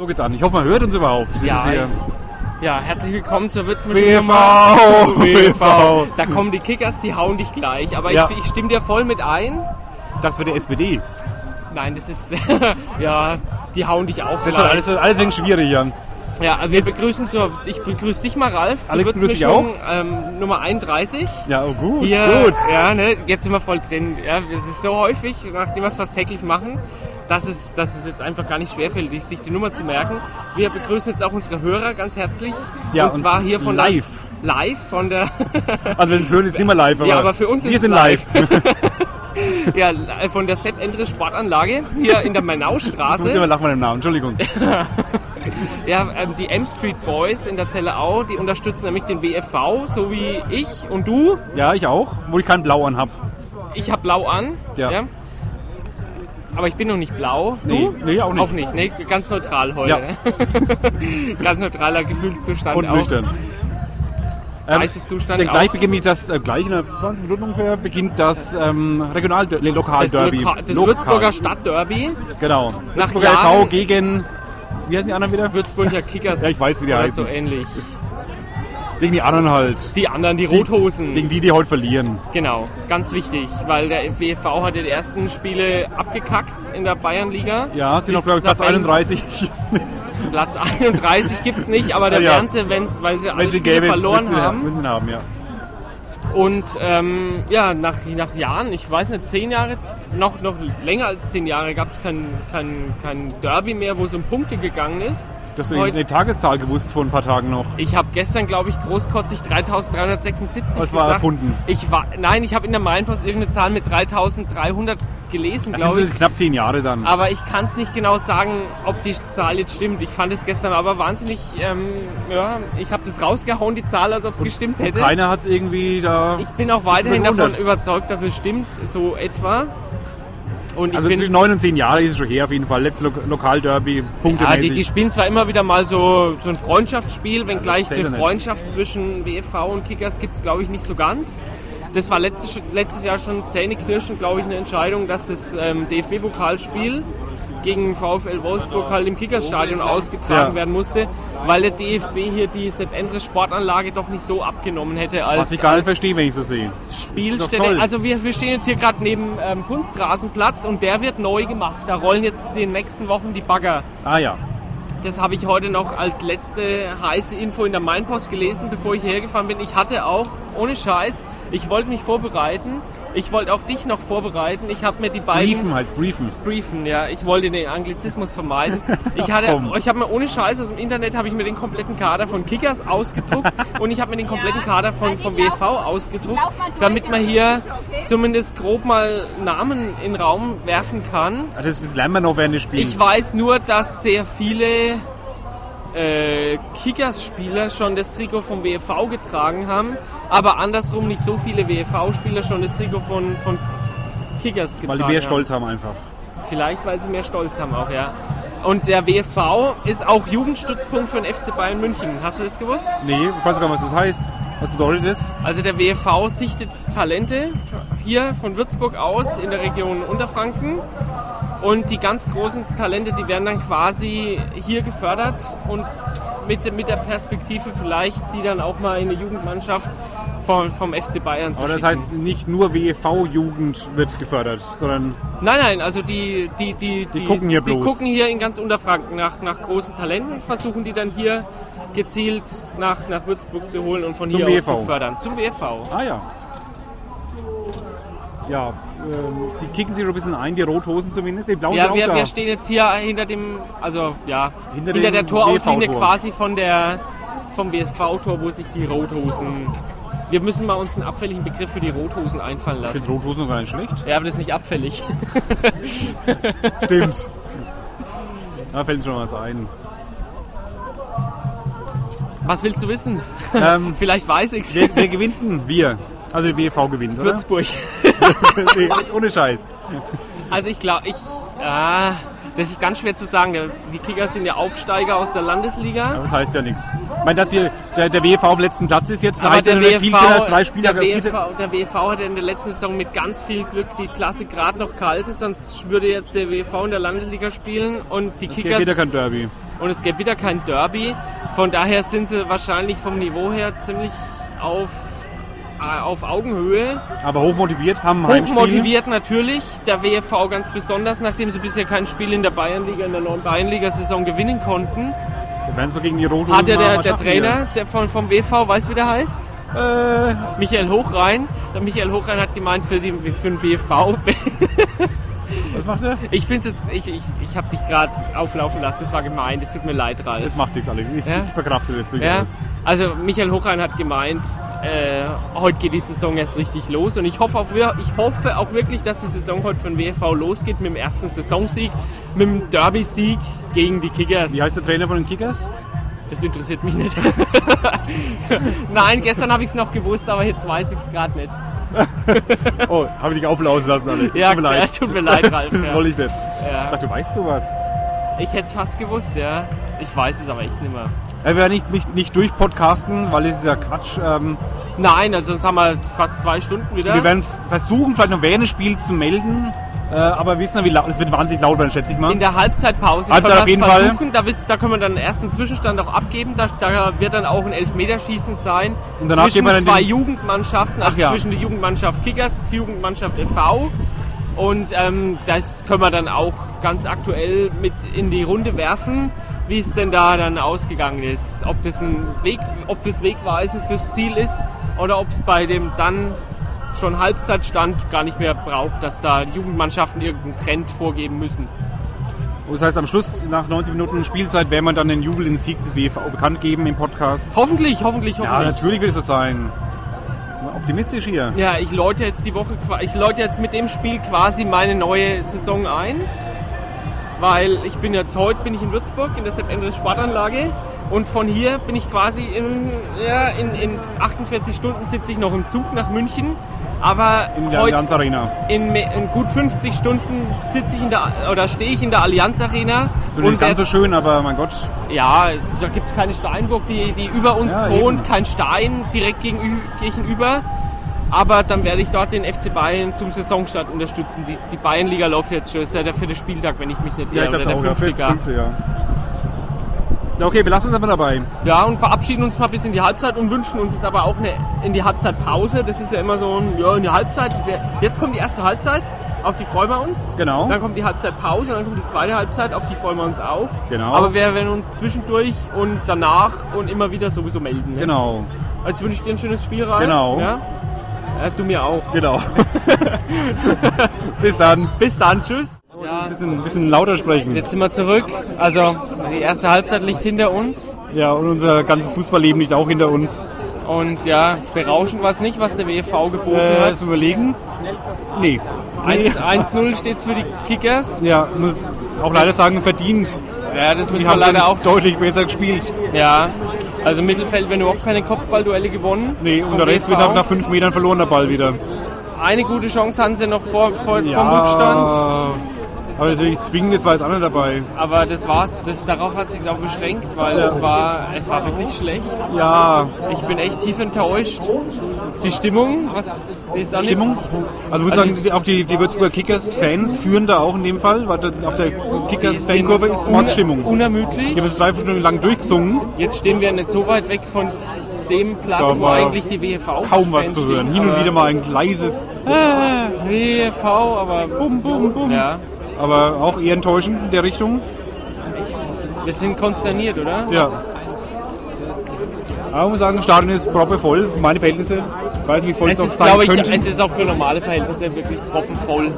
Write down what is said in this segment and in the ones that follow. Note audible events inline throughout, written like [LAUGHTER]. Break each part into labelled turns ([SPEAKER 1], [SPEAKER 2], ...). [SPEAKER 1] So geht's an. Ich hoffe, man hört uns überhaupt. Das
[SPEAKER 2] Ja,
[SPEAKER 1] ist hier-
[SPEAKER 2] Ja, herzlich willkommen zur Witzmischung.
[SPEAKER 1] BV, BV.
[SPEAKER 2] Da kommen die Kickers, die hauen dich gleich. Aber
[SPEAKER 1] Ja.
[SPEAKER 2] ich, ich stimme dir voll mit ein.
[SPEAKER 1] Das wird der SPD.
[SPEAKER 2] Nein, das ist. [LAUGHS] ja, die hauen dich auch
[SPEAKER 1] Das ist
[SPEAKER 2] gleich.
[SPEAKER 1] alles, alles wegen schwierig, Jan.
[SPEAKER 2] ja, also wir begrüßen zur. Ich begrüße dich mal, Ralf. zur
[SPEAKER 1] Alex, begrüß dich
[SPEAKER 2] Witzmischung, Ähm, Nummer 31.
[SPEAKER 1] Ja, oh, gut,
[SPEAKER 2] Hier,
[SPEAKER 1] gut.
[SPEAKER 2] Ja, ne, jetzt sind wir voll drin. Ja, das ist so häufig, nachdem wir es fast täglich machen, dass es, dass es jetzt einfach gar nicht schwerfällt, sich- sich die Nummer zu merken. Wir begrüßen jetzt auch unsere Hörer ganz herzlich.
[SPEAKER 1] Ja,
[SPEAKER 2] und
[SPEAKER 1] und
[SPEAKER 2] zwar hier von
[SPEAKER 1] live.
[SPEAKER 2] Der, live von der.
[SPEAKER 1] Also wenn es hören, ist nicht mehr live.
[SPEAKER 2] Ja, aber für uns ist
[SPEAKER 1] wir
[SPEAKER 2] es
[SPEAKER 1] sind
[SPEAKER 2] live.
[SPEAKER 1] live.
[SPEAKER 2] Ja, äh, von der Sepp Endres Sportanlage
[SPEAKER 1] [LAUGHS]
[SPEAKER 2] hier in
[SPEAKER 1] Ich muss immer
[SPEAKER 2] der Mainaustraße.
[SPEAKER 1] lachen bei dem Namen, Entschuldigung.
[SPEAKER 2] [LAUGHS] Ja, ähm, die M Street Boys in der Zelle Au, die unterstützen nämlich den WFV, so wie ich und du.
[SPEAKER 1] Ja, ich auch, wo ich keinen Blau anhab.
[SPEAKER 2] Ich hab blau an.
[SPEAKER 1] Ja.
[SPEAKER 2] Aber ich bin noch nicht blau. Du?
[SPEAKER 1] Nee, nee, auch nicht.
[SPEAKER 2] Auch nicht, ne? Ganz neutral heute.
[SPEAKER 1] Ja.
[SPEAKER 2] ne? [LAUGHS] Ganz neutraler Gefühlszustand
[SPEAKER 1] Und
[SPEAKER 2] auch.
[SPEAKER 1] nüchtern. Ähm,
[SPEAKER 2] Weißes Zustand
[SPEAKER 1] Denn gleich
[SPEAKER 2] auch.
[SPEAKER 1] beginnt das, äh, gleich in der 20 Minuten ungefähr, beginnt das ähm, Regional nee,
[SPEAKER 2] Das,
[SPEAKER 1] Lokalderby.
[SPEAKER 2] Loka- das
[SPEAKER 1] Lokal.
[SPEAKER 2] Würzburger Stadtderby,
[SPEAKER 1] Genau. Würzburger
[SPEAKER 2] Jahren-
[SPEAKER 1] e.V. gegen, wie heißen die anderen wieder? [LAUGHS]
[SPEAKER 2] Würzburger Kickers
[SPEAKER 1] Ja, ich weiß, wie die
[SPEAKER 2] oder
[SPEAKER 1] heißen.
[SPEAKER 2] so ähnlich.
[SPEAKER 1] Gegen die anderen halt.
[SPEAKER 2] Die anderen, die Rothosen.
[SPEAKER 1] Gegen die, die heute verlieren.
[SPEAKER 2] Genau, ganz wichtig, weil der WFV hat die ersten Spiele abgekackt in der Bayernliga.
[SPEAKER 1] Ja, sind
[SPEAKER 2] Bis
[SPEAKER 1] noch, glaube ich, Platz
[SPEAKER 2] Tabellen- [LAUGHS]
[SPEAKER 1] 31.
[SPEAKER 2] Platz 31 gibt's nicht, aber der
[SPEAKER 1] [LAUGHS] Ja.
[SPEAKER 2] werden sie, wenn's, weil sie alle
[SPEAKER 1] Wenn sie
[SPEAKER 2] Spiele
[SPEAKER 1] gäbe,
[SPEAKER 2] verloren
[SPEAKER 1] wenn sie,
[SPEAKER 2] haben.
[SPEAKER 1] Wenn sie haben, ja.
[SPEAKER 2] Und ähm, ja, nach, nach Jahren, ich weiß nicht, zehn Jahre, z- noch, noch länger als zehn Jahre gab es kein, kein, kein Derby mehr, wo es um Punkte gegangen ist.
[SPEAKER 1] Das hast du
[SPEAKER 2] Heute-
[SPEAKER 1] eine Tageszahl gewusst vor ein paar Tagen noch.
[SPEAKER 2] Ich habe gestern, glaube ich, großkotzig 3376
[SPEAKER 1] Das
[SPEAKER 2] gesagt.
[SPEAKER 1] war erfunden.
[SPEAKER 2] Ich war, nein, ich habe in der Mainpost irgendeine Zahl mit 3300 gelesen,
[SPEAKER 1] Das sind
[SPEAKER 2] glaube
[SPEAKER 1] so
[SPEAKER 2] ich.
[SPEAKER 1] jetzt knapp zehn Jahre dann.
[SPEAKER 2] Aber ich kann es nicht genau sagen, ob die Zahl jetzt stimmt. Ich fand es gestern aber wahnsinnig, ähm, ja, ich habe das rausgehauen, die Zahl, als ob es gestimmt hätte.
[SPEAKER 1] Keiner hat es irgendwie da.
[SPEAKER 2] Ich bin auch
[SPEAKER 1] bin
[SPEAKER 2] weiterhin davon
[SPEAKER 1] gewundert. überzeugt,
[SPEAKER 2] überzeugt, dass es stimmt, so etwa. Und ich
[SPEAKER 1] also zwischen
[SPEAKER 2] bin,
[SPEAKER 1] neun und zehn Jahre ist es schon her auf jeden Fall. Letztes Lo Lokalderby,
[SPEAKER 2] ja, Ah, die, die
[SPEAKER 1] punktemäßig.
[SPEAKER 2] spielen zwar immer wieder mal so, so ein Freundschaftsspiel, wenngleich
[SPEAKER 1] zählt
[SPEAKER 2] die
[SPEAKER 1] ja nicht.
[SPEAKER 2] Freundschaft zwischen WFV und Kickers gibt es, glaube ich, nicht so ganz. Das war letztes, letztes Jahr schon zähneknirschend, glaube ich, eine Entscheidung, dass das ähm, DFB-Pokalspiel gegen VfL Wolfsburg halt im Kickersstadion ausgetragen
[SPEAKER 1] Ja.
[SPEAKER 2] werden musste, weil der DFB hier die Sepp Endres Sportanlage doch nicht so abgenommen hätte als
[SPEAKER 1] was ich gar nicht
[SPEAKER 2] als-
[SPEAKER 1] verstehe, wenn ich so sehe. Das ist doch toll.
[SPEAKER 2] Spielstätte. Also wir, wir stehen jetzt hier gerade neben ähm, Kunstrasenplatz und der wird neu gemacht. Da rollen jetzt in den nächsten Wochen die Bagger.
[SPEAKER 1] Ah ja.
[SPEAKER 2] Das habe ich heute noch als letzte heiße Info in der Mainpost gelesen, bevor ich hierher gefahren bin. Ich hatte auch, ohne Scheiß, ich wollte mich vorbereiten. Ich wollte auch dich noch vorbereiten. Ich habe mir die beiden...
[SPEAKER 1] Briefen heißt Briefen.
[SPEAKER 2] Briefen, ja. Ich wollte den
[SPEAKER 1] [LAUGHS]
[SPEAKER 2] Anglizismus vermeiden. Ich hatte,
[SPEAKER 1] Komm.
[SPEAKER 2] ich habe mir ohne Scheiß aus dem Internet habe ich mir den kompletten Kader von
[SPEAKER 1] [LAUGHS]
[SPEAKER 2] Kickers ausgedruckt und ich habe mir den kompletten Kader von vom WV ausgedruckt, damit man hier zumindest grob mal Namen in den Raum werfen kann.
[SPEAKER 1] Ah, Das, das lernen wir noch während des Spiels.
[SPEAKER 2] Ich weiß nur, dass sehr viele äh, Kickers-Spieler schon das Trikot vom WFV getragen haben, aber andersrum nicht so viele WFV-Spieler schon das Trikot von, von Kickers getragen
[SPEAKER 1] Weil die mehr
[SPEAKER 2] haben.
[SPEAKER 1] stolz haben einfach.
[SPEAKER 2] Vielleicht, weil sie mehr Stolz haben auch, ja. Und der WFV ist auch Jugendstützpunkt für den FC Bayern München. Hast du das gewusst?
[SPEAKER 1] Nee, ich weiß sogar, was das heißt. Was bedeutet das?
[SPEAKER 2] Also der WFV sichtet Talente hier von Würzburg aus in der Region Unterfranken. Und die ganz großen Talente, die werden dann quasi hier gefördert und mit, mit der Perspektive vielleicht, die dann auch mal in eine Jugendmannschaft vom, vom FC Bayern zu
[SPEAKER 1] Aber das
[SPEAKER 2] schicken.
[SPEAKER 1] heißt, nicht nur WEV-Jugend wird gefördert, sondern
[SPEAKER 2] Nein, nein, also die, die, die, die,
[SPEAKER 1] gucken hier
[SPEAKER 2] die
[SPEAKER 1] bloß.
[SPEAKER 2] gucken hier in ganz Unterfranken nach, nach großen Talenten und versuchen die dann hier gezielt nach, nach Würzburg zu holen und von
[SPEAKER 1] Zum
[SPEAKER 2] hier
[SPEAKER 1] WV.
[SPEAKER 2] aus zu fördern. Zum WV.
[SPEAKER 1] Ah ja. Ja, ähm, die kicken sich schon ein bisschen ein, die Rothosen zumindest. Die blauen sind
[SPEAKER 2] Ja,
[SPEAKER 1] auch
[SPEAKER 2] wir,
[SPEAKER 1] da.
[SPEAKER 2] wir stehen jetzt hier hinter dem, also ja,
[SPEAKER 1] Hinter
[SPEAKER 2] hinter,
[SPEAKER 1] dem
[SPEAKER 2] der Torauslinie
[SPEAKER 1] WV-Tor.
[SPEAKER 2] quasi von der, vom WSV-Tor, wo sich die Rothosen. Wir müssen mal uns einen abfälligen Begriff für die Rothosen einfallen
[SPEAKER 1] ich
[SPEAKER 2] lassen.
[SPEAKER 1] finde Rothosen noch gar nicht
[SPEAKER 2] [LAUGHS]
[SPEAKER 1] schlecht.
[SPEAKER 2] Ja, aber das ist nicht abfällig.
[SPEAKER 1] Stimmt. da fällt schon was ein.
[SPEAKER 2] Was willst du wissen?
[SPEAKER 1] Ähm,
[SPEAKER 2] Vielleicht weiß ich's.
[SPEAKER 1] wer, wer gewinnt denn? Wir. Also die WEV gewinnt, oder?
[SPEAKER 2] Würzburg.
[SPEAKER 1] [LAUGHS] nee, jetzt ohne Scheiß.
[SPEAKER 2] Also ich glaube, ich. Ah, das ist ganz schwer zu sagen. Der- Die Kickers sind ja Aufsteiger aus der Landesliga.
[SPEAKER 1] Aber das heißt ja nichts. Ich meine, dass hier der, der WEV auf dem letzten Platz ist jetzt, das heißt ja nur, dass
[SPEAKER 2] WFV,
[SPEAKER 1] viel Kinder drei halt Spieler
[SPEAKER 2] der, WFV, der WFV hatte in der letzten Saison mit ganz viel Glück die Klasse gerade noch gehalten, sonst würde jetzt der WFV in der Landesliga spielen und die
[SPEAKER 1] Kickers.
[SPEAKER 2] Kickers.
[SPEAKER 1] Geht ja kein Derby.
[SPEAKER 2] und es gibt wieder kein Derby. Von daher sind sie wahrscheinlich vom Niveau her ziemlich auf, äh, auf Augenhöhe.
[SPEAKER 1] Aber hochmotiviert haben Heimspiele.
[SPEAKER 2] Hochmotiviert natürlich, der WFV ganz besonders, nachdem sie bisher kein Spiel in der Bayernliga, in der neuen Bayernliga-Saison gewinnen konnten.
[SPEAKER 1] Wir werden so gegen die Roten
[SPEAKER 2] Hat ja der, der Trainer der von, vom WV, weiß wie der heißt?
[SPEAKER 1] Äh,
[SPEAKER 2] Michael Hochrein. Der Michael Hochrein hat gemeint, für, die, für den WV
[SPEAKER 1] was macht er?
[SPEAKER 2] [LAUGHS] Ich finde es, ich, ich, ich habe dich gerade auflaufen lassen, das war gemein, das tut mir leid, Ralf.
[SPEAKER 1] Das macht nichts, Alex. Ich,
[SPEAKER 2] Ja.
[SPEAKER 1] ich verkrafte das
[SPEAKER 2] Ja,
[SPEAKER 1] durchaus.
[SPEAKER 2] also Michael Hochrein hat gemeint, äh, heute geht die Saison erst richtig los und ich hoffe, auch, wir- ich hoffe auch wirklich, dass die Saison heute von WFV losgeht mit dem ersten Saisonsieg, mit dem Derby-Sieg gegen die Kickers.
[SPEAKER 1] Wie heißt der Trainer von den Kickers?
[SPEAKER 2] Das interessiert mich nicht. [LAUGHS] Nein, gestern habe ich es noch gewusst, aber jetzt weiß ich es gerade nicht.
[SPEAKER 1] Oh, habe ich dich auflaufen lassen, Alex.
[SPEAKER 2] Ja,
[SPEAKER 1] tut mir leid.
[SPEAKER 2] ja, [LAUGHS] tut mir leid, Ralf,
[SPEAKER 1] das
[SPEAKER 2] ja.
[SPEAKER 1] wollte ich nicht. Ich
[SPEAKER 2] Ja.
[SPEAKER 1] dachte, du weißt sowas.
[SPEAKER 2] Ich hätte es fast gewusst, ja. Ich weiß es aber echt nicht mehr.
[SPEAKER 1] Ja, wir werden nicht, nicht, nicht durchpodcasten, weil es ist ja Quatsch. Ähm,
[SPEAKER 2] Nein, also sonst haben wir fast zwei Stunden wieder.
[SPEAKER 1] Wir werden es versuchen, vielleicht noch während des Spiels zu melden. Äh, aber wissen ja, wie laut. Es wird wahnsinnig laut werden, schätze ich mal.
[SPEAKER 2] in der Halbzeitpause
[SPEAKER 1] Halbzeit
[SPEAKER 2] können
[SPEAKER 1] auf
[SPEAKER 2] wir
[SPEAKER 1] jeden
[SPEAKER 2] es
[SPEAKER 1] Fall.
[SPEAKER 2] versuchen. Da, wisst, da können wir dann den ersten Zwischenstand auch abgeben. Da, da wird dann auch ein Elfmeterschießen sein.
[SPEAKER 1] Und danach
[SPEAKER 2] zwischen
[SPEAKER 1] gehen wir dann
[SPEAKER 2] zwei
[SPEAKER 1] den-
[SPEAKER 2] Jugendmannschaften, also
[SPEAKER 1] ja.
[SPEAKER 2] zwischen der Jugendmannschaft Kickers, Jugendmannschaft e.V. Und ähm, das können wir dann auch ganz aktuell mit in die Runde werfen, wie es denn da dann ausgegangen ist. Ob das ein Weg, ob das Wegweisen fürs Ziel ist oder ob es bei dem dann schon Halbzeitstand gar nicht mehr braucht, dass da Jugendmannschaften irgendeinen Trend vorgeben müssen.
[SPEAKER 1] Und Das heißt, am Schluss, nach 90 Minuten Spielzeit, werden wir dann den Jubel, den Sieg des WFV bekannt geben im Podcast.
[SPEAKER 2] Hoffentlich, hoffentlich,
[SPEAKER 1] Ja,
[SPEAKER 2] hoffentlich.
[SPEAKER 1] natürlich wird es das sein. Optimistisch hier.
[SPEAKER 2] Ja, ich läute jetzt die Woche, qua- ich läute jetzt mit dem Spiel quasi meine neue Saison ein, weil ich bin jetzt heute bin ich in Würzburg in der Sepp Endres Sportanlage und von hier bin ich quasi in, ja, in, in 48 Stunden sitze ich noch im Zug nach München, aber
[SPEAKER 1] In der Allianz
[SPEAKER 2] heute
[SPEAKER 1] Arena.
[SPEAKER 2] in, me- in gut 50 Stunden sitze ich in der oder stehe ich in der Allianz Arena
[SPEAKER 1] So nicht ganz
[SPEAKER 2] werde-
[SPEAKER 1] so schön, aber mein Gott.
[SPEAKER 2] ja, da gibt's keine Steinburg, die, die über uns
[SPEAKER 1] Ja,
[SPEAKER 2] thront,
[SPEAKER 1] eben.
[SPEAKER 2] kein Stein direkt gegenü- gegenüber. Aber dann werde ich dort den FC Bayern zum Saisonstart unterstützen. Die, die Bayernliga läuft jetzt schon, ist ja der vierte Spieltag, wenn ich mich nicht irre, oder der
[SPEAKER 1] auch, ja,
[SPEAKER 2] fünfte.
[SPEAKER 1] fünfte,
[SPEAKER 2] Ja.
[SPEAKER 1] fünfte, ja. Ja, okay, wir lassen uns aber dabei.
[SPEAKER 2] ja, und verabschieden uns mal bis in die Halbzeit und wünschen uns jetzt aber auch eine, in die Halbzeitpause. Das ist ja immer so ein, ja, in die Halbzeit. Wir- Jetzt kommt die erste Halbzeit, auf die freuen wir uns.
[SPEAKER 1] Genau.
[SPEAKER 2] Dann kommt die Halbzeitpause, dann kommt die zweite Halbzeit, auf die freuen wir uns auch.
[SPEAKER 1] Genau.
[SPEAKER 2] Aber wir werden uns zwischendurch und danach und immer wieder sowieso melden. Ne?
[SPEAKER 1] Genau,
[SPEAKER 2] Als wünsche ich dir ein schönes Spiel, Ralf.
[SPEAKER 1] Genau.
[SPEAKER 2] Ja? ja, du mir auch. [LAUGHS]
[SPEAKER 1] genau. Bis dann.
[SPEAKER 2] Bis dann, tschüss.
[SPEAKER 1] Ein
[SPEAKER 2] Ja,
[SPEAKER 1] bisschen, ein bisschen lauter sprechen.
[SPEAKER 2] jetzt sind wir zurück. Also, die erste Halbzeit liegt hinter uns.
[SPEAKER 1] Ja, und unser ganzes Fußballleben liegt auch hinter uns.
[SPEAKER 2] Und ja, berauschend war es nicht, was der WFV geboten
[SPEAKER 1] Äh,
[SPEAKER 2] hat.
[SPEAKER 1] ist überlegen? Nee. nee.
[SPEAKER 2] 1-0 steht es für die Kickers.
[SPEAKER 1] Ja, muss auch leider sagen, verdient.
[SPEAKER 2] Ja, das müssen
[SPEAKER 1] Die
[SPEAKER 2] wir
[SPEAKER 1] haben
[SPEAKER 2] leider auch.
[SPEAKER 1] deutlich besser gespielt.
[SPEAKER 2] Ja, also im Mittelfeld werden überhaupt keine Kopfballduelle gewonnen.
[SPEAKER 1] Nee, und
[SPEAKER 2] Vom
[SPEAKER 1] der Rest wird
[SPEAKER 2] WFV.
[SPEAKER 1] nach, nach fünf Metern verloren, der Ball wieder.
[SPEAKER 2] Eine gute Chance hatten sie noch vor, vor, vom Rückstand.
[SPEAKER 1] Aber natürlich zwingend, jetzt war jetzt einer dabei.
[SPEAKER 2] Aber das war's. Das, darauf hat sich auch beschränkt, weil
[SPEAKER 1] Ja.
[SPEAKER 2] es, war, es war wirklich schlecht.
[SPEAKER 1] Ja,
[SPEAKER 2] Ich bin echt tief enttäuscht. Die Stimmung, was die ist auch
[SPEAKER 1] Stimmung.
[SPEAKER 2] nix.
[SPEAKER 1] Also muss
[SPEAKER 2] Also
[SPEAKER 1] sagen, die- auch die, die Würzburger Kickers-Fans führen da auch in dem Fall, weil da auf der Kickers-Fankurve ist
[SPEAKER 2] un-
[SPEAKER 1] Mordstimmung.
[SPEAKER 2] Unermüdlich.
[SPEAKER 1] Die haben es drei Stunden lang durchgesungen.
[SPEAKER 2] Jetzt stehen wir nicht so weit weg von dem Platz,
[SPEAKER 1] Da
[SPEAKER 2] wo
[SPEAKER 1] war
[SPEAKER 2] eigentlich die WFV
[SPEAKER 1] Kaum was zu hören. Hin und wieder mal ein leises,
[SPEAKER 2] WFV, Ah, aber bum bum bum. Ja.
[SPEAKER 1] aber auch eher enttäuschend in der Richtung.
[SPEAKER 2] Wir sind konsterniert, oder?
[SPEAKER 1] Ja. Aber ich muss sagen, Stadion ist proppe voll. Für meine Verhältnisse, ich weiß nicht, wie voll es
[SPEAKER 2] Es
[SPEAKER 1] noch
[SPEAKER 2] ist,
[SPEAKER 1] sein
[SPEAKER 2] glaube ich,
[SPEAKER 1] könnte.
[SPEAKER 2] es ist auch für normale Verhältnisse wirklich poppenvoll.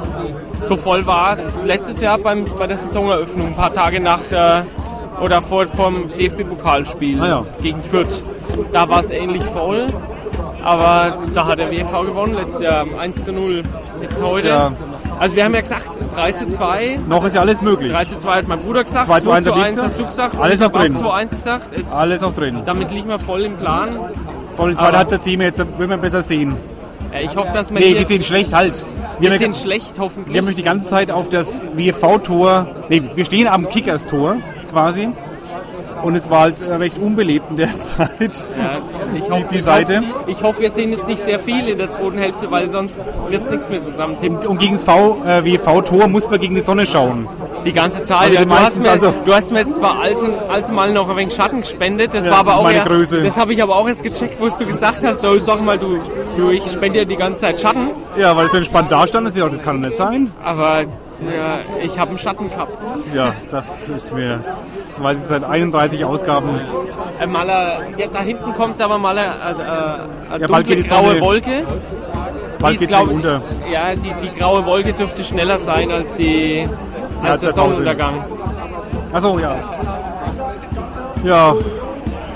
[SPEAKER 2] So voll war es letztes Jahr beim, bei der Saisoneröffnung, ein paar Tage nach der oder vor vom DFB-Pokalspiel
[SPEAKER 1] Ah ja.
[SPEAKER 2] gegen Fürth. Da war es ähnlich voll, aber da hat der WFV gewonnen letztes Jahr 1 zu 0. Jetzt heute.
[SPEAKER 1] Tja.
[SPEAKER 2] Also wir haben ja gesagt 3 zu 2.
[SPEAKER 1] Noch ist ja alles möglich.
[SPEAKER 2] 3 zu 2 hat mein Bruder gesagt,
[SPEAKER 1] 2 zu 1
[SPEAKER 2] zu
[SPEAKER 1] hab ich
[SPEAKER 2] 1 hast
[SPEAKER 1] gesagt.
[SPEAKER 2] du gesagt,
[SPEAKER 1] Alles
[SPEAKER 2] ich hab
[SPEAKER 1] noch drin.
[SPEAKER 2] auch 2 zu 1 gesagt. Es,
[SPEAKER 1] Alles noch drin.
[SPEAKER 2] damit liegen wir voll im Plan.
[SPEAKER 1] Vor allem zweite
[SPEAKER 2] Aber-
[SPEAKER 1] Halbzeit sehen wir jetzt, will man besser sehen.
[SPEAKER 2] Ja, Äh, Ich hoffe, dass wir
[SPEAKER 1] Nee,
[SPEAKER 2] hier
[SPEAKER 1] wir sehen schlecht halt. Wir
[SPEAKER 2] wir
[SPEAKER 1] haben, ja-
[SPEAKER 2] sind schlecht hoffentlich.
[SPEAKER 1] wir haben nämlich die ganze Zeit auf das WV-Tor, nee, wir stehen am Kickers-Tor quasi Und es war halt äh, recht unbelebt in der [LAUGHS] Zeit.
[SPEAKER 2] Ja, ich hoffe,
[SPEAKER 1] die Seite.
[SPEAKER 2] Ich hoffe, ich hoffe, wir sehen jetzt nicht sehr viel in der zweiten Hälfte, weil sonst wird es nichts mehr zusammen.
[SPEAKER 1] Und gegen das V, äh, WV-Tor muss man gegen die Sonne schauen.
[SPEAKER 2] Die ganze Zahl.
[SPEAKER 1] Also
[SPEAKER 2] Ja,
[SPEAKER 1] die
[SPEAKER 2] du, hast
[SPEAKER 1] meistens
[SPEAKER 2] mir,
[SPEAKER 1] also-
[SPEAKER 2] du hast mir jetzt zwar als, als mal noch ein wenig Schatten gespendet, das
[SPEAKER 1] Ja,
[SPEAKER 2] war aber auch
[SPEAKER 1] meine
[SPEAKER 2] erst,
[SPEAKER 1] Größe.
[SPEAKER 2] Das habe ich aber auch erst gecheckt, wo du gesagt hast, oh, sag mal, du, du, ich spende dir die ganze Zeit Schatten,
[SPEAKER 1] Ja, weil es so entspannt da stand, dass ich dachte, das kann doch nicht sein.
[SPEAKER 2] aber ja, ich habe einen Schatten gehabt.
[SPEAKER 1] Ja, das ist mir, das weiß ich seit 31 Ausgaben.
[SPEAKER 2] Äh, Maler, ja, da hinten kommt aber mal eine, äh, eine
[SPEAKER 1] Ja, bald geht
[SPEAKER 2] dunkle
[SPEAKER 1] die
[SPEAKER 2] graue
[SPEAKER 1] Sonne-
[SPEAKER 2] Wolke.
[SPEAKER 1] Bald
[SPEAKER 2] Die ist,
[SPEAKER 1] geht's nicht
[SPEAKER 2] glaub-
[SPEAKER 1] unter.
[SPEAKER 2] Ja, die, die graue Wolke dürfte schneller sein als, die, als
[SPEAKER 1] als
[SPEAKER 2] der
[SPEAKER 1] der Pause.
[SPEAKER 2] Sonnenuntergang.
[SPEAKER 1] Achso, ja. Ja,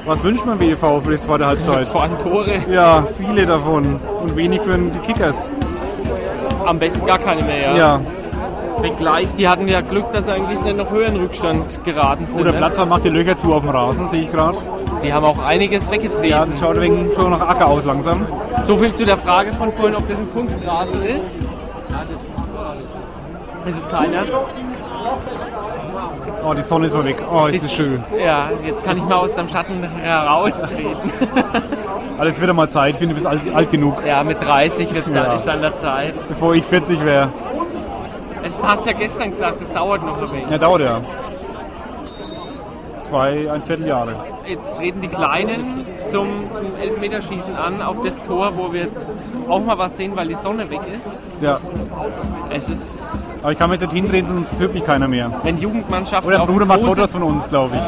[SPEAKER 1] was wünscht man WV für die zweite Halbzeit?
[SPEAKER 2] Vor allem Tore,
[SPEAKER 1] Ja, viele davon und wenig für die Kickers.
[SPEAKER 2] am besten gar keine mehr. Ja.
[SPEAKER 1] Ja,
[SPEAKER 2] Vergleich, die hatten ja Glück, dass sie eigentlich nicht noch höher in Rückstand geraten sind.
[SPEAKER 1] oder
[SPEAKER 2] ne?
[SPEAKER 1] Platzwart macht die Löcher zu auf dem Rasen, sehe ich gerade.
[SPEAKER 2] Die haben auch einiges weggetreten.
[SPEAKER 1] Ja, das schaut wegen schon nach Acker aus langsam.
[SPEAKER 2] So viel zu der Frage von vorhin, ob das ein Kunstrasen ist. Es ist keiner.
[SPEAKER 1] Oh, die Sonne ist mal weg. Oh, ist das schön.
[SPEAKER 2] Ja, jetzt kann ich mal aus dem Schatten heraustreten.
[SPEAKER 1] Alles wird mal Zeit, ich bin du bist alt, alt genug,
[SPEAKER 2] ja, mit 30 wird's
[SPEAKER 1] Ja.
[SPEAKER 2] ist an der Zeit.
[SPEAKER 1] bevor ich 40 wäre.
[SPEAKER 2] Es hast ja gestern gesagt, es dauert noch ein wenig.
[SPEAKER 1] Ja, dauert ja. Zwei, ein Vierteljahre.
[SPEAKER 2] Jetzt treten die Kleinen zum, zum Elfmeterschießen an auf das Tor, wo wir jetzt auch mal was sehen, weil die Sonne weg ist.
[SPEAKER 1] Ja.
[SPEAKER 2] Es ist,
[SPEAKER 1] Aber ich kann mir jetzt nicht hindrehen, sonst hört mich keiner mehr.
[SPEAKER 2] wenn Jugendmannschaften
[SPEAKER 1] Oder
[SPEAKER 2] auf
[SPEAKER 1] Bruder
[SPEAKER 2] ein
[SPEAKER 1] macht
[SPEAKER 2] großes-
[SPEAKER 1] Fotos von uns, glaube ich.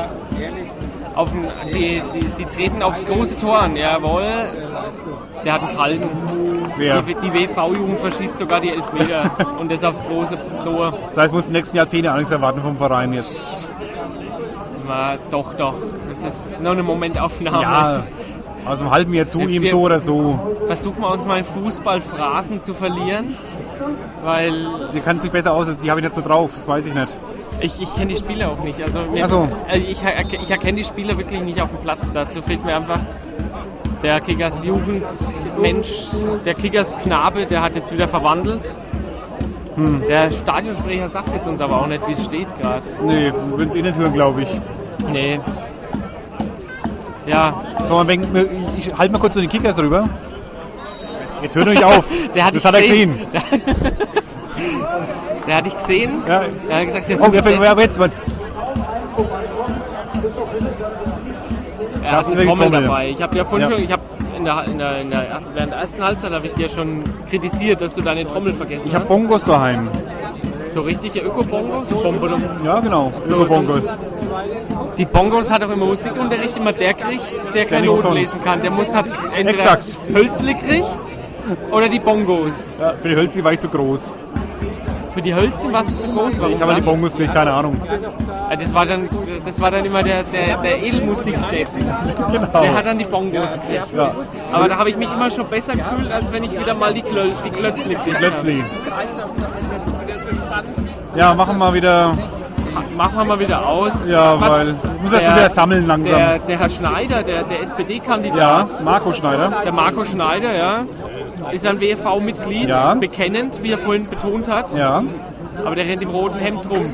[SPEAKER 2] auf ein, die, die, die treten aufs große Tor an, jawohl. Der hat einen Halben.
[SPEAKER 1] Wer?
[SPEAKER 2] Die, die WV-Jugend verschießt sogar
[SPEAKER 1] [LAUGHS]
[SPEAKER 2] die Elfmeter und das aufs große Tor.
[SPEAKER 1] Das heißt, ich muss die nächsten Jahrzehnte Angst erwarten vom Verein jetzt.
[SPEAKER 2] Na, doch, doch. Das ist nur eine Momentaufnahme.
[SPEAKER 1] Ja, aus dem halben Jahr zu
[SPEAKER 2] Wir-
[SPEAKER 1] ihm so oder so.
[SPEAKER 2] Versuchen wir uns mal in Fußballphrasen zu verlieren, weil
[SPEAKER 1] Die kann sich besser aus, also die habe ich nicht so drauf, das weiß ich nicht.
[SPEAKER 2] ich, ich kenne die Spieler auch nicht. Also mir,
[SPEAKER 1] Ach so.
[SPEAKER 2] äh, ich, erk- ich erkenne die Spieler wirklich nicht auf dem Platz. Dazu fehlt mir einfach der Kickers Jugendmensch, der Kickers Knabe, der hat jetzt wieder verwandelt.
[SPEAKER 1] Hm.
[SPEAKER 2] Der Stadionsprecher sagt jetzt uns aber auch nicht, wie es steht gerade.
[SPEAKER 1] Nee, würden es eh nicht hören, glaube ich.
[SPEAKER 2] Nee. Ja,
[SPEAKER 1] So, man denkt, ich halte mal kurz zu den Kickers rüber. Jetzt hört euch auf.
[SPEAKER 2] [LAUGHS] der hat
[SPEAKER 1] das
[SPEAKER 2] dich
[SPEAKER 1] hat er gesehen.
[SPEAKER 2] Der hat dich gesehen.
[SPEAKER 1] Ja.
[SPEAKER 2] Der hat gesagt, der
[SPEAKER 1] Oh,
[SPEAKER 2] sucht-
[SPEAKER 1] wer fängt
[SPEAKER 2] der-
[SPEAKER 1] wer- jetzt? Warte.
[SPEAKER 2] Er hat
[SPEAKER 1] Das ist
[SPEAKER 2] eine
[SPEAKER 1] wirklich
[SPEAKER 2] Trommel
[SPEAKER 1] Trommel.
[SPEAKER 2] dabei. Ich habe ja vorhin
[SPEAKER 1] Ja.
[SPEAKER 2] schon, ich habe in der, in der, in der, während der ersten Halbzeit habe ich dir schon kritisiert, dass du deine Trommel vergessen
[SPEAKER 1] Ich habe
[SPEAKER 2] hast.
[SPEAKER 1] Bongos daheim.
[SPEAKER 2] so richtige Öko-Bongos. Bombodum.
[SPEAKER 1] Ja, genau.
[SPEAKER 2] So,
[SPEAKER 1] So, Bongos.
[SPEAKER 2] Die Bongos hat auch im Musikunterricht immer der kriegt, der keine
[SPEAKER 1] nichts
[SPEAKER 2] Noten
[SPEAKER 1] kommt.
[SPEAKER 2] lesen kann. Der muss halt entweder
[SPEAKER 1] Exakt.
[SPEAKER 2] Hölzle kriegt oder die Bongos.
[SPEAKER 1] Ja, für die Hölzchen war ich zu groß.
[SPEAKER 2] Für die Hölzchen warst du zu groß. Warum
[SPEAKER 1] Ich habe die
[SPEAKER 2] das?
[SPEAKER 1] Bongos nicht, keine Ahnung.
[SPEAKER 2] Ah, Das war dann, das war dann immer der, der, der Edelmusik-Depp.
[SPEAKER 1] Genau.
[SPEAKER 2] Der hat dann die Bongos gekriegt.
[SPEAKER 1] Ja.
[SPEAKER 2] Aber da habe ich mich immer schon besser gefühlt, als wenn ich wieder mal die, Klöl, die Klötzli gekriegt habe.
[SPEAKER 1] Plötzlich. Ja, machen wir wieder.
[SPEAKER 2] Machen wir mal wieder aus.
[SPEAKER 1] Ja, weil- ich muss erst wieder sammeln langsam.
[SPEAKER 2] Der, der Herr Schneider, der, der SPD-Kandidat,
[SPEAKER 1] Ja, Marco Schneider.
[SPEAKER 2] der Marco Schneider, ja, ist ein WFV-Mitglied,
[SPEAKER 1] Ja.
[SPEAKER 2] bekennend, wie er vorhin betont hat,
[SPEAKER 1] Ja.
[SPEAKER 2] aber der rennt im roten Hemd rum.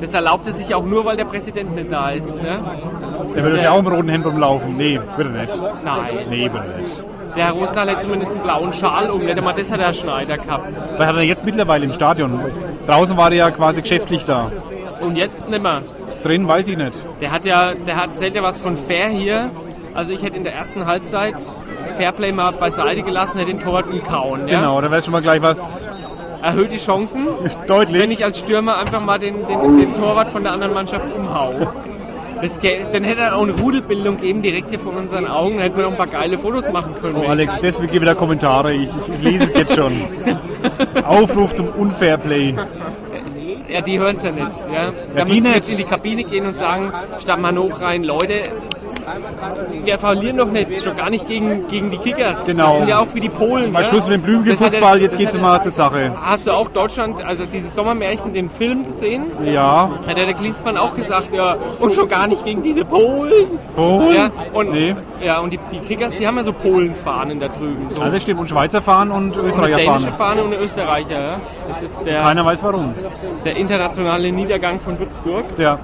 [SPEAKER 2] Das erlaubt er sich auch nur, weil der Präsident nicht da ist. Ja?
[SPEAKER 1] Der würde
[SPEAKER 2] ja-
[SPEAKER 1] ja auch im roten Hemd rumlaufen. Nee, würde nicht.
[SPEAKER 2] Nein.
[SPEAKER 1] Nee, würde nicht.
[SPEAKER 2] Der Herr Rosenthal hat zumindest einen blauen Schal um, nicht einmal das hat der Herr Schneider gehabt.
[SPEAKER 1] Was hat er jetzt mittlerweile im Stadion? Draußen war er ja quasi geschäftlich da.
[SPEAKER 2] Und jetzt nimmer.
[SPEAKER 1] Drin weiß ich nicht.
[SPEAKER 2] Der hat ja, der hat, erzählt ja was von Fair hier. Also ich hätte in der ersten Halbzeit Fairplay mal beiseite gelassen, hätte den Torwart umkauen. Ja?
[SPEAKER 1] Genau, da wäre schon mal gleich was
[SPEAKER 2] Erhöht die Chancen, wenn
[SPEAKER 1] deutlich.
[SPEAKER 2] ich als Stürmer einfach mal den, den, den Torwart von der anderen Mannschaft umhau. Das, gä- dann hätte er auch eine Rudelbildung eben direkt hier vor unseren Augen, dann hätten wir noch ein paar geile Fotos machen können.
[SPEAKER 1] Oh, Alex, deswegen gibt wieder Kommentare. Ich, ich lese es jetzt
[SPEAKER 2] [LAUGHS]
[SPEAKER 1] schon. Aufruf zum Unfairplay.
[SPEAKER 2] Ja, die hören es ja nicht. Ja, da
[SPEAKER 1] die
[SPEAKER 2] müssen wir
[SPEAKER 1] nicht.
[SPEAKER 2] jetzt in die Kabine gehen und sagen, stamm mal hoch rein, Leute. Wir verlieren doch nicht, schon gar nicht gegen, gegen die Kickers.
[SPEAKER 1] Genau.
[SPEAKER 2] Das sind ja auch wie die Polen.
[SPEAKER 1] Mal
[SPEAKER 2] ja.
[SPEAKER 1] Schluss mit dem
[SPEAKER 2] Das hat
[SPEAKER 1] Blümchenfußball,
[SPEAKER 2] er-
[SPEAKER 1] jetzt geht's
[SPEAKER 2] das hat
[SPEAKER 1] mal zur Sache.
[SPEAKER 2] er- Hast du auch Deutschland, also dieses Sommermärchen, den Film gesehen?
[SPEAKER 1] Ja.
[SPEAKER 2] Hat ja der Klinsmann auch gesagt, ja, und schon gar nicht gegen diese Polen.
[SPEAKER 1] Polen?
[SPEAKER 2] Ja, und,
[SPEAKER 1] Nee.
[SPEAKER 2] ja, und die, die Kickers, die haben ja so Polenfahnen da drüben. So.
[SPEAKER 1] Alles stimmt. Und Schweizer fahren und
[SPEAKER 2] eine
[SPEAKER 1] Österreicher
[SPEAKER 2] dänische
[SPEAKER 1] fahren.
[SPEAKER 2] Fahne und eine Österreicher. Ja. Das ist der,
[SPEAKER 1] Keiner weiß warum.
[SPEAKER 2] der internationale Niedergang von Würzburg.
[SPEAKER 1] Ja.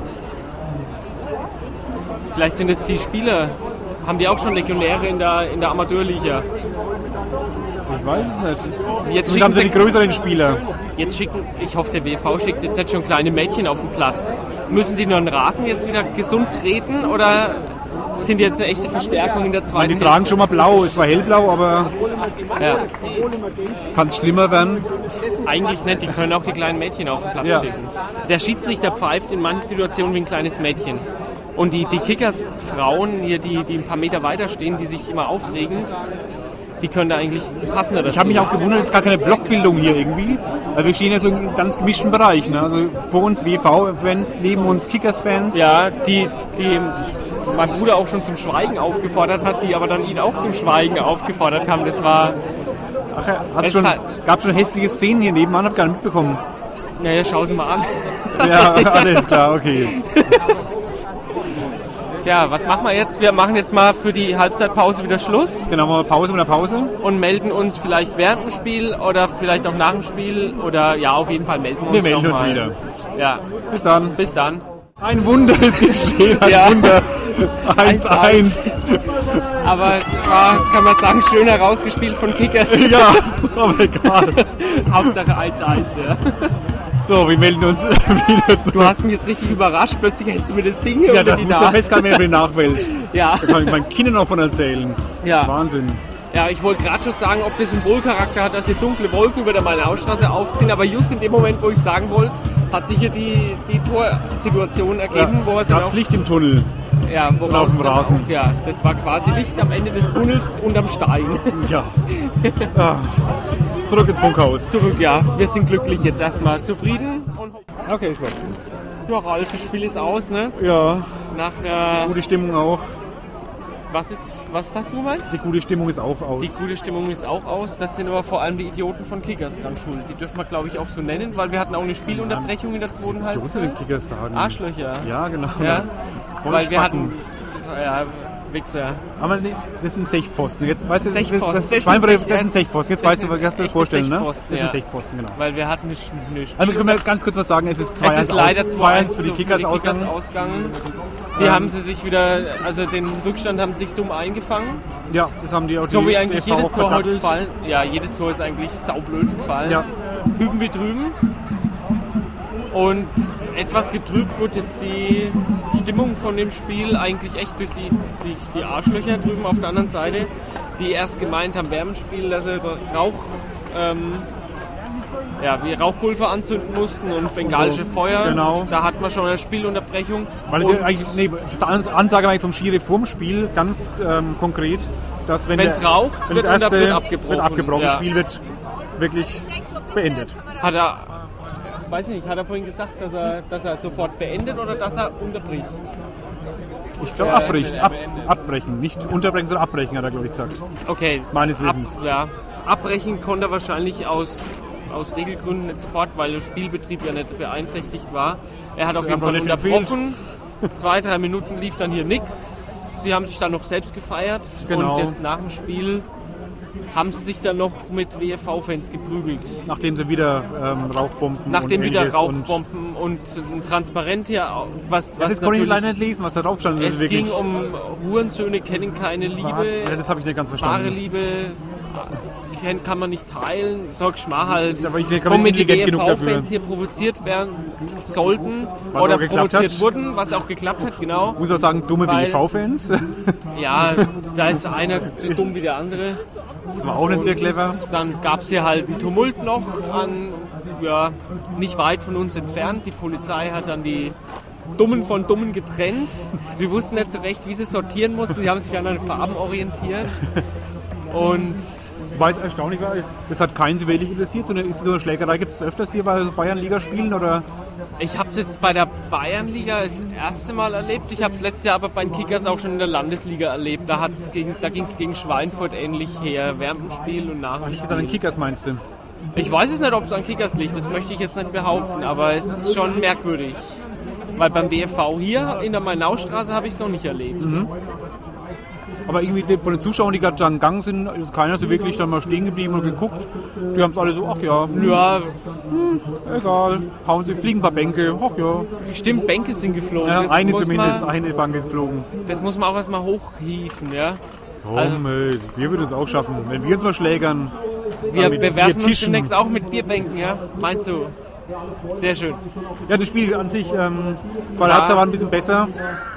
[SPEAKER 2] Vielleicht sind es die Spieler. Haben die auch schon Legionäre in der, in der Amateurliga?
[SPEAKER 1] Ich weiß es nicht.
[SPEAKER 2] Jetzt
[SPEAKER 1] Zumindest haben sie die
[SPEAKER 2] schicken
[SPEAKER 1] größeren Spieler.
[SPEAKER 2] Jetzt schicken, ich hoffe, der WV schickt jetzt nicht schon kleine Mädchen auf den Platz. Müssen die nur den Rasen jetzt wieder gesund treten oder sind die jetzt eine echte Verstärkung in der zweiten
[SPEAKER 1] Die tragen
[SPEAKER 2] Hälfte?
[SPEAKER 1] schon mal blau. Es war hellblau, aber
[SPEAKER 2] Ja,
[SPEAKER 1] kann es schlimmer werden.
[SPEAKER 2] eigentlich nicht, die können auch die kleinen Mädchen auf den Platz
[SPEAKER 1] Ja.
[SPEAKER 2] schicken. Der Schiedsrichter pfeift in manchen Situationen wie ein kleines Mädchen. Und die, die Kickers-Frauen hier, die, die ein paar Meter weiter stehen, die sich immer aufregen, die können da eigentlich passender dazu.
[SPEAKER 1] Ich habe mich auch gewundert, es ist gar keine Blockbildung hier irgendwie. Weil wir stehen ja so in einem ganz gemischten Bereich. Ne? Also vor uns WV-Fans, neben uns Kickers-Fans.
[SPEAKER 2] Ja, die, die mein Bruder auch schon zum Schweigen aufgefordert hat, die aber dann ihn auch zum Schweigen aufgefordert haben. Das war,
[SPEAKER 1] Ach ja, hat's
[SPEAKER 2] Es
[SPEAKER 1] schon,
[SPEAKER 2] hat-
[SPEAKER 1] gab schon hässliche Szenen hier nebenan, hab gar nicht mitbekommen.
[SPEAKER 2] [LAUGHS] naja, schau sie mal an.
[SPEAKER 1] Ja, alles klar, okay.
[SPEAKER 2] Ja, was machen wir jetzt? Wir machen jetzt mal für die Halbzeitpause wieder Schluss
[SPEAKER 1] Genau, mal Pause mit einer Pause.
[SPEAKER 2] und melden uns vielleicht während dem Spiel oder vielleicht auch nach dem Spiel oder ja, auf jeden Fall melden wir uns
[SPEAKER 1] Wir melden
[SPEAKER 2] noch
[SPEAKER 1] uns
[SPEAKER 2] mal.
[SPEAKER 1] wieder.
[SPEAKER 2] Ja,
[SPEAKER 1] Bis dann.
[SPEAKER 2] bis dann.
[SPEAKER 1] Ein Wunder ist geschehen, ein
[SPEAKER 2] Ja.
[SPEAKER 1] Wunder. 1-1.
[SPEAKER 2] Aber es war, kann man sagen, schön herausgespielt von Kickers.
[SPEAKER 1] [LAUGHS] Ja, Oh aber egal.
[SPEAKER 2] Hauptsache 1-1, ja.
[SPEAKER 1] So, wir melden uns [LAUGHS] wieder zu.
[SPEAKER 2] Du hast mich jetzt richtig überrascht. Plötzlich hältst du mir das Ding hier
[SPEAKER 1] ja,
[SPEAKER 2] unter
[SPEAKER 1] das
[SPEAKER 2] die
[SPEAKER 1] muss ja Oh
[SPEAKER 2] Nase.
[SPEAKER 1] festgehalten werden für die Nachwelt.
[SPEAKER 2] Ja.
[SPEAKER 1] Da kann ich meinen Kindern noch von erzählen.
[SPEAKER 2] Ja.
[SPEAKER 1] Wahnsinn.
[SPEAKER 2] Ja, ich wollte gerade schon sagen, ob das Symbolcharakter hat, dass hier dunkle Wolken über der Mainaustraße aufziehen, aber just in dem Moment, wo ich sagen wollte, hat sich hier die, die Torsituation ergeben, wo genau? er
[SPEAKER 1] gab's Licht im Tunnel.
[SPEAKER 2] ja, wo
[SPEAKER 1] auf dem
[SPEAKER 2] raus-
[SPEAKER 1] Rasen.
[SPEAKER 2] Ja, das war quasi Licht am Ende des Tunnels unterm Stein. [LAUGHS]
[SPEAKER 1] Ja. Ah. Zurück ins Funkhaus.
[SPEAKER 2] Zurück, ja, wir sind glücklich jetzt erstmal zufrieden. Und
[SPEAKER 1] Okay, so.
[SPEAKER 2] ja, Ralf, das Spiel ist aus, ne?
[SPEAKER 1] Ja,
[SPEAKER 2] Nach einer,
[SPEAKER 1] gute Stimmung auch.
[SPEAKER 2] was ist, was passt Roman?
[SPEAKER 1] Die gute Stimmung ist auch aus.
[SPEAKER 2] Die gute Stimmung ist auch aus, das sind aber vor allem die Idioten von Kickers dran schuld. Die dürfen wir, glaube ich, auch so nennen, weil wir hatten auch eine Spielunterbrechung in der zweiten
[SPEAKER 1] So musst du
[SPEAKER 2] Halbzeit.
[SPEAKER 1] den Kickers sagen.
[SPEAKER 2] halt Arschlöcher.
[SPEAKER 1] Ja, genau.
[SPEAKER 2] Ja,
[SPEAKER 1] Voll
[SPEAKER 2] weil wir
[SPEAKER 1] Spacken.
[SPEAKER 2] hatten. Ja, Wichser.
[SPEAKER 1] Aber nee, das sind Sechpfosten. Jetzt weißt du,
[SPEAKER 2] Sechpfosten.
[SPEAKER 1] Das, das,
[SPEAKER 2] Das
[SPEAKER 1] das, Schweinfurt,
[SPEAKER 2] sind Sech-
[SPEAKER 1] das sind Sechpfosten. Jetzt
[SPEAKER 2] das
[SPEAKER 1] weißt du,
[SPEAKER 2] sind
[SPEAKER 1] was kannst du dir
[SPEAKER 2] echte
[SPEAKER 1] vorstellen, ne? Das
[SPEAKER 2] Sechpfosten,
[SPEAKER 1] sind
[SPEAKER 2] ja.
[SPEAKER 1] Sechpfosten, genau.
[SPEAKER 2] Weil wir hatten eine, Sch- eine Spiel-
[SPEAKER 1] Also wir können wir ganz kurz was sagen. Es ist 2-1
[SPEAKER 2] Es ist leider
[SPEAKER 1] aus-
[SPEAKER 2] 2-1
[SPEAKER 1] für die Kickers ausgegangen.
[SPEAKER 2] ausgegangen. Die
[SPEAKER 1] Ähm,
[SPEAKER 2] haben sie sich wieder, also den Rückstand haben sie sich dumm eingefangen.
[SPEAKER 1] Ja, das haben die auch
[SPEAKER 2] So
[SPEAKER 1] die
[SPEAKER 2] wie eigentlich
[SPEAKER 1] DFV
[SPEAKER 2] jedes Tor heute
[SPEAKER 1] verdattelt.
[SPEAKER 2] gefallen. Ja, jedes Tor ist eigentlich saublöd gefallen.
[SPEAKER 1] Ja.
[SPEAKER 2] Hüben wie drüben. Und etwas getrübt wird jetzt die Stimmung von dem Spiel eigentlich echt durch die, die, die Arschlöcher drüben auf der anderen Seite, die erst gemeint haben, während dem Spiel, dass sie Rauch, ähm, ja, wie Rauchpulver anzünden mussten und bengalische Feuer.
[SPEAKER 1] Genau.
[SPEAKER 2] Da hat man schon eine Spielunterbrechung.
[SPEAKER 1] Weil
[SPEAKER 2] Und-
[SPEAKER 1] die, eigentlich, nee, das Ans- Ansage war eigentlich vom Schiri vorm Spiel ganz ähm, konkret, dass wenn
[SPEAKER 2] Wenn's
[SPEAKER 1] der-
[SPEAKER 2] raucht,
[SPEAKER 1] wenn
[SPEAKER 2] wird
[SPEAKER 1] das erste
[SPEAKER 2] unter- wird abgebrochen.
[SPEAKER 1] wird abgebrochen. Das
[SPEAKER 2] Ja.
[SPEAKER 1] Spiel wird wirklich beendet.
[SPEAKER 2] Hat er, weiß nicht, hat er vorhin gesagt, dass er, dass er sofort beendet oder dass er unterbricht?
[SPEAKER 1] Ich glaube,
[SPEAKER 2] Ja,
[SPEAKER 1] abbricht,
[SPEAKER 2] beendet,
[SPEAKER 1] ab, abbrechen. Nicht unterbrechen, sondern abbrechen, hat er, glaube ich, gesagt.
[SPEAKER 2] Okay.
[SPEAKER 1] Meines Wissens.
[SPEAKER 2] Ab, ja. Abbrechen konnte er wahrscheinlich aus, aus Regelgründen nicht sofort, weil der Spielbetrieb ja nicht beeinträchtigt war. Er hat auf
[SPEAKER 1] Wir
[SPEAKER 2] jeden Fall
[SPEAKER 1] haben doch nicht
[SPEAKER 2] unterbrochen. Zwei, drei Minuten lief dann hier nichts. Sie haben sich dann noch selbst gefeiert.
[SPEAKER 1] Genau.
[SPEAKER 2] Und jetzt nach dem Spiel haben sie sich dann noch mit WFV-Fans geprügelt.
[SPEAKER 1] Nachdem sie wieder ähm, Rauchbomben
[SPEAKER 2] Nachdem
[SPEAKER 1] und
[SPEAKER 2] wieder
[SPEAKER 1] ähnliches
[SPEAKER 2] Rauchbomben und, ein Transparent hier, was,
[SPEAKER 1] Und das
[SPEAKER 2] was
[SPEAKER 1] konnte ich
[SPEAKER 2] natürlich-
[SPEAKER 1] leider nicht lesen, was da drauf stand. Das
[SPEAKER 2] Es
[SPEAKER 1] ist wirklich
[SPEAKER 2] ging um Hurensöhne kennen keine
[SPEAKER 1] wahr.
[SPEAKER 2] Liebe,
[SPEAKER 1] ja, das habe ich nicht ganz
[SPEAKER 2] wahre
[SPEAKER 1] verstanden.
[SPEAKER 2] Liebe kennt, kann man nicht teilen. Sorg Schmar halt.
[SPEAKER 1] Da war ich nicht
[SPEAKER 2] Womit die
[SPEAKER 1] intelligent genug dafür.
[SPEAKER 2] DFV-Fans hier provoziert werden sollten
[SPEAKER 1] Was
[SPEAKER 2] oder
[SPEAKER 1] auch geklappt
[SPEAKER 2] provoziert
[SPEAKER 1] hat.
[SPEAKER 2] wurden, was auch geklappt hat, genau.
[SPEAKER 1] Muss auch sagen, dumme
[SPEAKER 2] Weil-
[SPEAKER 1] BGV-Fans.
[SPEAKER 2] Ja, da ist einer so dumm wie der andere.
[SPEAKER 1] [LAUGHS] Das war auch nicht sehr clever.
[SPEAKER 2] Dann gab es hier halt einen Tumult noch an, ja, nicht weit von uns entfernt. Die Polizei hat dann die Dummen von Dummen getrennt. Wir wussten nicht so recht, wie sie sortieren mussten. Sie haben sich an den Farben orientiert. Und
[SPEAKER 1] Weil es erstaunlich war, das hat keinen so wenig interessiert. So eine, ist so eine Schlägerei gibt es öfters hier bei Bayernligaspielen oder
[SPEAKER 2] ich habe es jetzt bei der Bayernliga das erste Mal erlebt. Ich habe es letztes Jahr aber bei den Kickers auch schon in der Landesliga erlebt. Da, hat's gegen, da ging es gegen Schweinfurt ähnlich her. Während dem Spiel und nach dem
[SPEAKER 1] ist an den
[SPEAKER 2] Spiel.
[SPEAKER 1] Kickers meinst du?
[SPEAKER 2] Ich weiß es nicht, ob es an Kickers liegt, das möchte ich jetzt nicht behaupten, aber es ist schon merkwürdig.
[SPEAKER 1] Mhm.
[SPEAKER 2] Weil beim WFV hier in der Mainaustraße habe ich es noch nicht erlebt.
[SPEAKER 1] Aber irgendwie die- von den Zuschauern, die gerade da gegangen sind, ist keiner so wirklich dann mal stehen geblieben und geguckt. Die haben es alle so, ach ja, nö,
[SPEAKER 2] Ja,
[SPEAKER 1] egal, hauen sie, fliegen ein paar Bänke, ach ja.
[SPEAKER 2] stimmt, Bänke sind geflogen.
[SPEAKER 1] ja
[SPEAKER 2] Das
[SPEAKER 1] eine
[SPEAKER 2] muss
[SPEAKER 1] zumindest,
[SPEAKER 2] Man,
[SPEAKER 1] eine Bank ist geflogen.
[SPEAKER 2] das muss man auch erstmal hochhieven, ja.
[SPEAKER 1] Oh,
[SPEAKER 2] Also-
[SPEAKER 1] Mist, wir würden es auch schaffen, wenn wir uns mal schlägern.
[SPEAKER 2] Wir
[SPEAKER 1] mit
[SPEAKER 2] bewerfen uns
[SPEAKER 1] Biertischen.
[SPEAKER 2] demnächst auch mit Bierbänken, ja. Meinst du? Sehr schön.
[SPEAKER 1] Ja, das Spiel an sich, ähm, zweite
[SPEAKER 2] Ja.
[SPEAKER 1] Halbzeit war ein bisschen besser,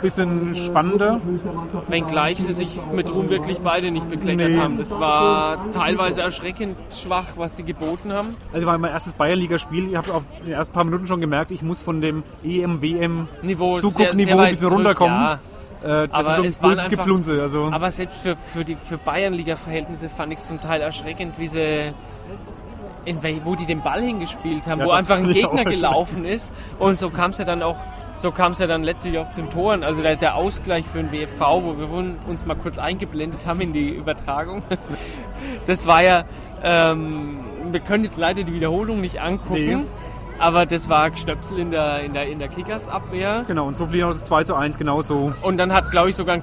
[SPEAKER 1] bisschen spannender.
[SPEAKER 2] Wenngleich sie sich mit Ruhm wirklich beide nicht bekleckert
[SPEAKER 1] Nee.
[SPEAKER 2] haben. Das war teilweise erschreckend schwach, was sie geboten haben.
[SPEAKER 1] Also war mein erstes Bayernliga-Spiel. Ihr habt auf den ersten paar Minuten schon gemerkt, ich muss von dem E EM, WM
[SPEAKER 2] Niveau sehr, sehr
[SPEAKER 1] Zuguckniveau
[SPEAKER 2] weit
[SPEAKER 1] ein bisschen
[SPEAKER 2] zurück,
[SPEAKER 1] runterkommen.
[SPEAKER 2] Ja.
[SPEAKER 1] Äh, das
[SPEAKER 2] Aber
[SPEAKER 1] ist schon
[SPEAKER 2] es
[SPEAKER 1] ein
[SPEAKER 2] waren
[SPEAKER 1] böses
[SPEAKER 2] einfach-
[SPEAKER 1] Geplunze. Also,
[SPEAKER 2] Aber selbst für, für, die, für Bayernliga-Verhältnisse fand ich es zum Teil erschreckend, wie sie, in wel, wo die den Ball hingespielt haben,
[SPEAKER 1] Ja,
[SPEAKER 2] wo
[SPEAKER 1] das
[SPEAKER 2] einfach ein
[SPEAKER 1] fand ich auch
[SPEAKER 2] Gegner gelaufen ist. Und so kam es ja dann auch, so kam es ja dann letztlich auch zum Toren. Also der, der Ausgleich für den WFV, wo wir wurden- uns mal kurz eingeblendet haben in die Übertragung, [LAUGHS] das war ja, ähm, wir können jetzt leider die Wiederholung nicht angucken.
[SPEAKER 1] Nee.
[SPEAKER 2] Aber das war Stöpsel in der, in der, in der Kickers-Abwehr.
[SPEAKER 1] genau, und so fliegen auch das 2 zu genau 1 genauso.
[SPEAKER 2] Und dann hat, glaube ich, sogar ein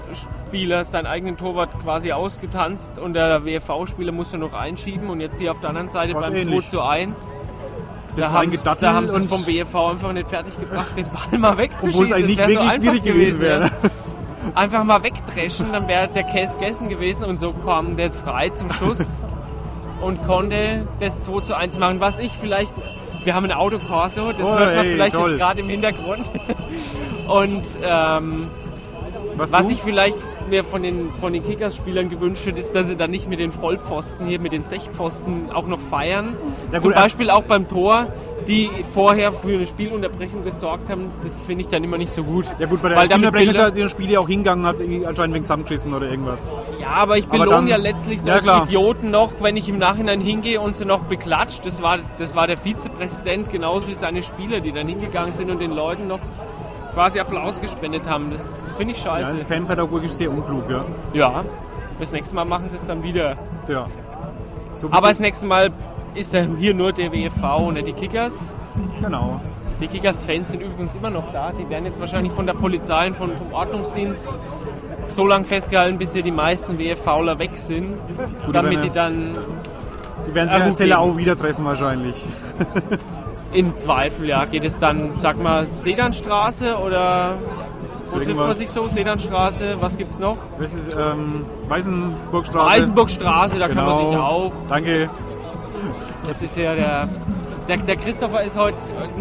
[SPEAKER 2] Kickers-Spieler seinen eigenen Torwart quasi ausgetanzt und der WFV-Spieler musste noch einschieben und jetzt hier auf der anderen Seite
[SPEAKER 1] War's
[SPEAKER 2] beim
[SPEAKER 1] ähnlich.
[SPEAKER 2] 2 zu 1.
[SPEAKER 1] Das
[SPEAKER 2] Da
[SPEAKER 1] war ein
[SPEAKER 2] haben,
[SPEAKER 1] Gedattel
[SPEAKER 2] da haben sie es
[SPEAKER 1] und-
[SPEAKER 2] vom BFV einfach nicht fertig gebracht, den Ball mal wegzuschießen.
[SPEAKER 1] Obwohl es eigentlich
[SPEAKER 2] Das wär
[SPEAKER 1] wirklich schwierig
[SPEAKER 2] einfach
[SPEAKER 1] gewesen wäre. [LAUGHS]
[SPEAKER 2] ja. [LAUGHS] Einfach mal wegdreschen, dann wäre der Case gegessen gewesen und so kam der jetzt frei
[SPEAKER 1] [LAUGHS]
[SPEAKER 2] zum Schuss und konnte das 2 zu 1 machen, was ich vielleicht... Wir haben ein Autokorso, das
[SPEAKER 1] Oh,
[SPEAKER 2] hört man
[SPEAKER 1] ey,
[SPEAKER 2] vielleicht
[SPEAKER 1] toll.
[SPEAKER 2] jetzt gerade im Hintergrund. [LAUGHS] Und ähm, was
[SPEAKER 1] du?
[SPEAKER 2] ich vielleicht mir von den, von den Kickers-Spielern gewünscht hätte, ist, dass sie dann nicht mit den Vollpfosten hier, mit den Sechspfosten auch noch feiern.
[SPEAKER 1] Ja,
[SPEAKER 2] Zum
[SPEAKER 1] gut, äh,
[SPEAKER 2] Beispiel auch beim Tor, die vorher für eine Spielunterbrechung gesorgt haben. Das finde ich dann immer nicht so gut.
[SPEAKER 1] ja gut, bei der
[SPEAKER 2] Weil damit
[SPEAKER 1] Spielerbrecher
[SPEAKER 2] Bilder-
[SPEAKER 1] hat den Spiel auch hingegangen, hat irgendwie anscheinend wegen zusammengeschissen oder irgendwas.
[SPEAKER 2] Ja, aber ich
[SPEAKER 1] Aber
[SPEAKER 2] belohne
[SPEAKER 1] dann-
[SPEAKER 2] ja letztlich
[SPEAKER 1] Ja,
[SPEAKER 2] solche
[SPEAKER 1] klar.
[SPEAKER 2] Idioten noch, wenn ich im Nachhinein hingehe und sie noch beklatscht. Das war, das war der Vizepräsident, genauso wie seine Spieler, die dann hingegangen sind und den Leuten noch quasi Applaus gespendet haben. Das finde ich
[SPEAKER 1] Ja, das
[SPEAKER 2] scheiße.
[SPEAKER 1] ist fanpädagogisch sehr unklug, ja.
[SPEAKER 2] Ja, das nächste Mal machen sie es dann wieder.
[SPEAKER 1] ja. So
[SPEAKER 2] Aber das
[SPEAKER 1] wird's-
[SPEAKER 2] nächste Mal ist ja hier nur der WFV und nicht ne, die Kickers.
[SPEAKER 1] Genau.
[SPEAKER 2] Die Kickers-Fans sind übrigens immer noch da. Die werden jetzt wahrscheinlich von der Polizei und von, vom Ordnungsdienst so lange festgehalten, bis hier die meisten WFVler weg sind.
[SPEAKER 1] Gut,
[SPEAKER 2] damit
[SPEAKER 1] wenn
[SPEAKER 2] die
[SPEAKER 1] er-
[SPEAKER 2] dann
[SPEAKER 1] Die werden sich
[SPEAKER 2] Ja,
[SPEAKER 1] in der
[SPEAKER 2] gut,
[SPEAKER 1] Zelle
[SPEAKER 2] eben.
[SPEAKER 1] auch wieder treffen wahrscheinlich.
[SPEAKER 2] im Zweifel, ja, geht es dann, sag mal, Sedanstraße oder wo trifft man
[SPEAKER 1] irgendwas.
[SPEAKER 2] sich so? Sedanstraße, was gibt's noch?
[SPEAKER 1] Das ist ähm, Weißenburgstraße. Genau.
[SPEAKER 2] Eisenburgstraße, da kann man sich auch.
[SPEAKER 1] Danke.
[SPEAKER 2] Das ist ja der. Der, der Christopher ist heute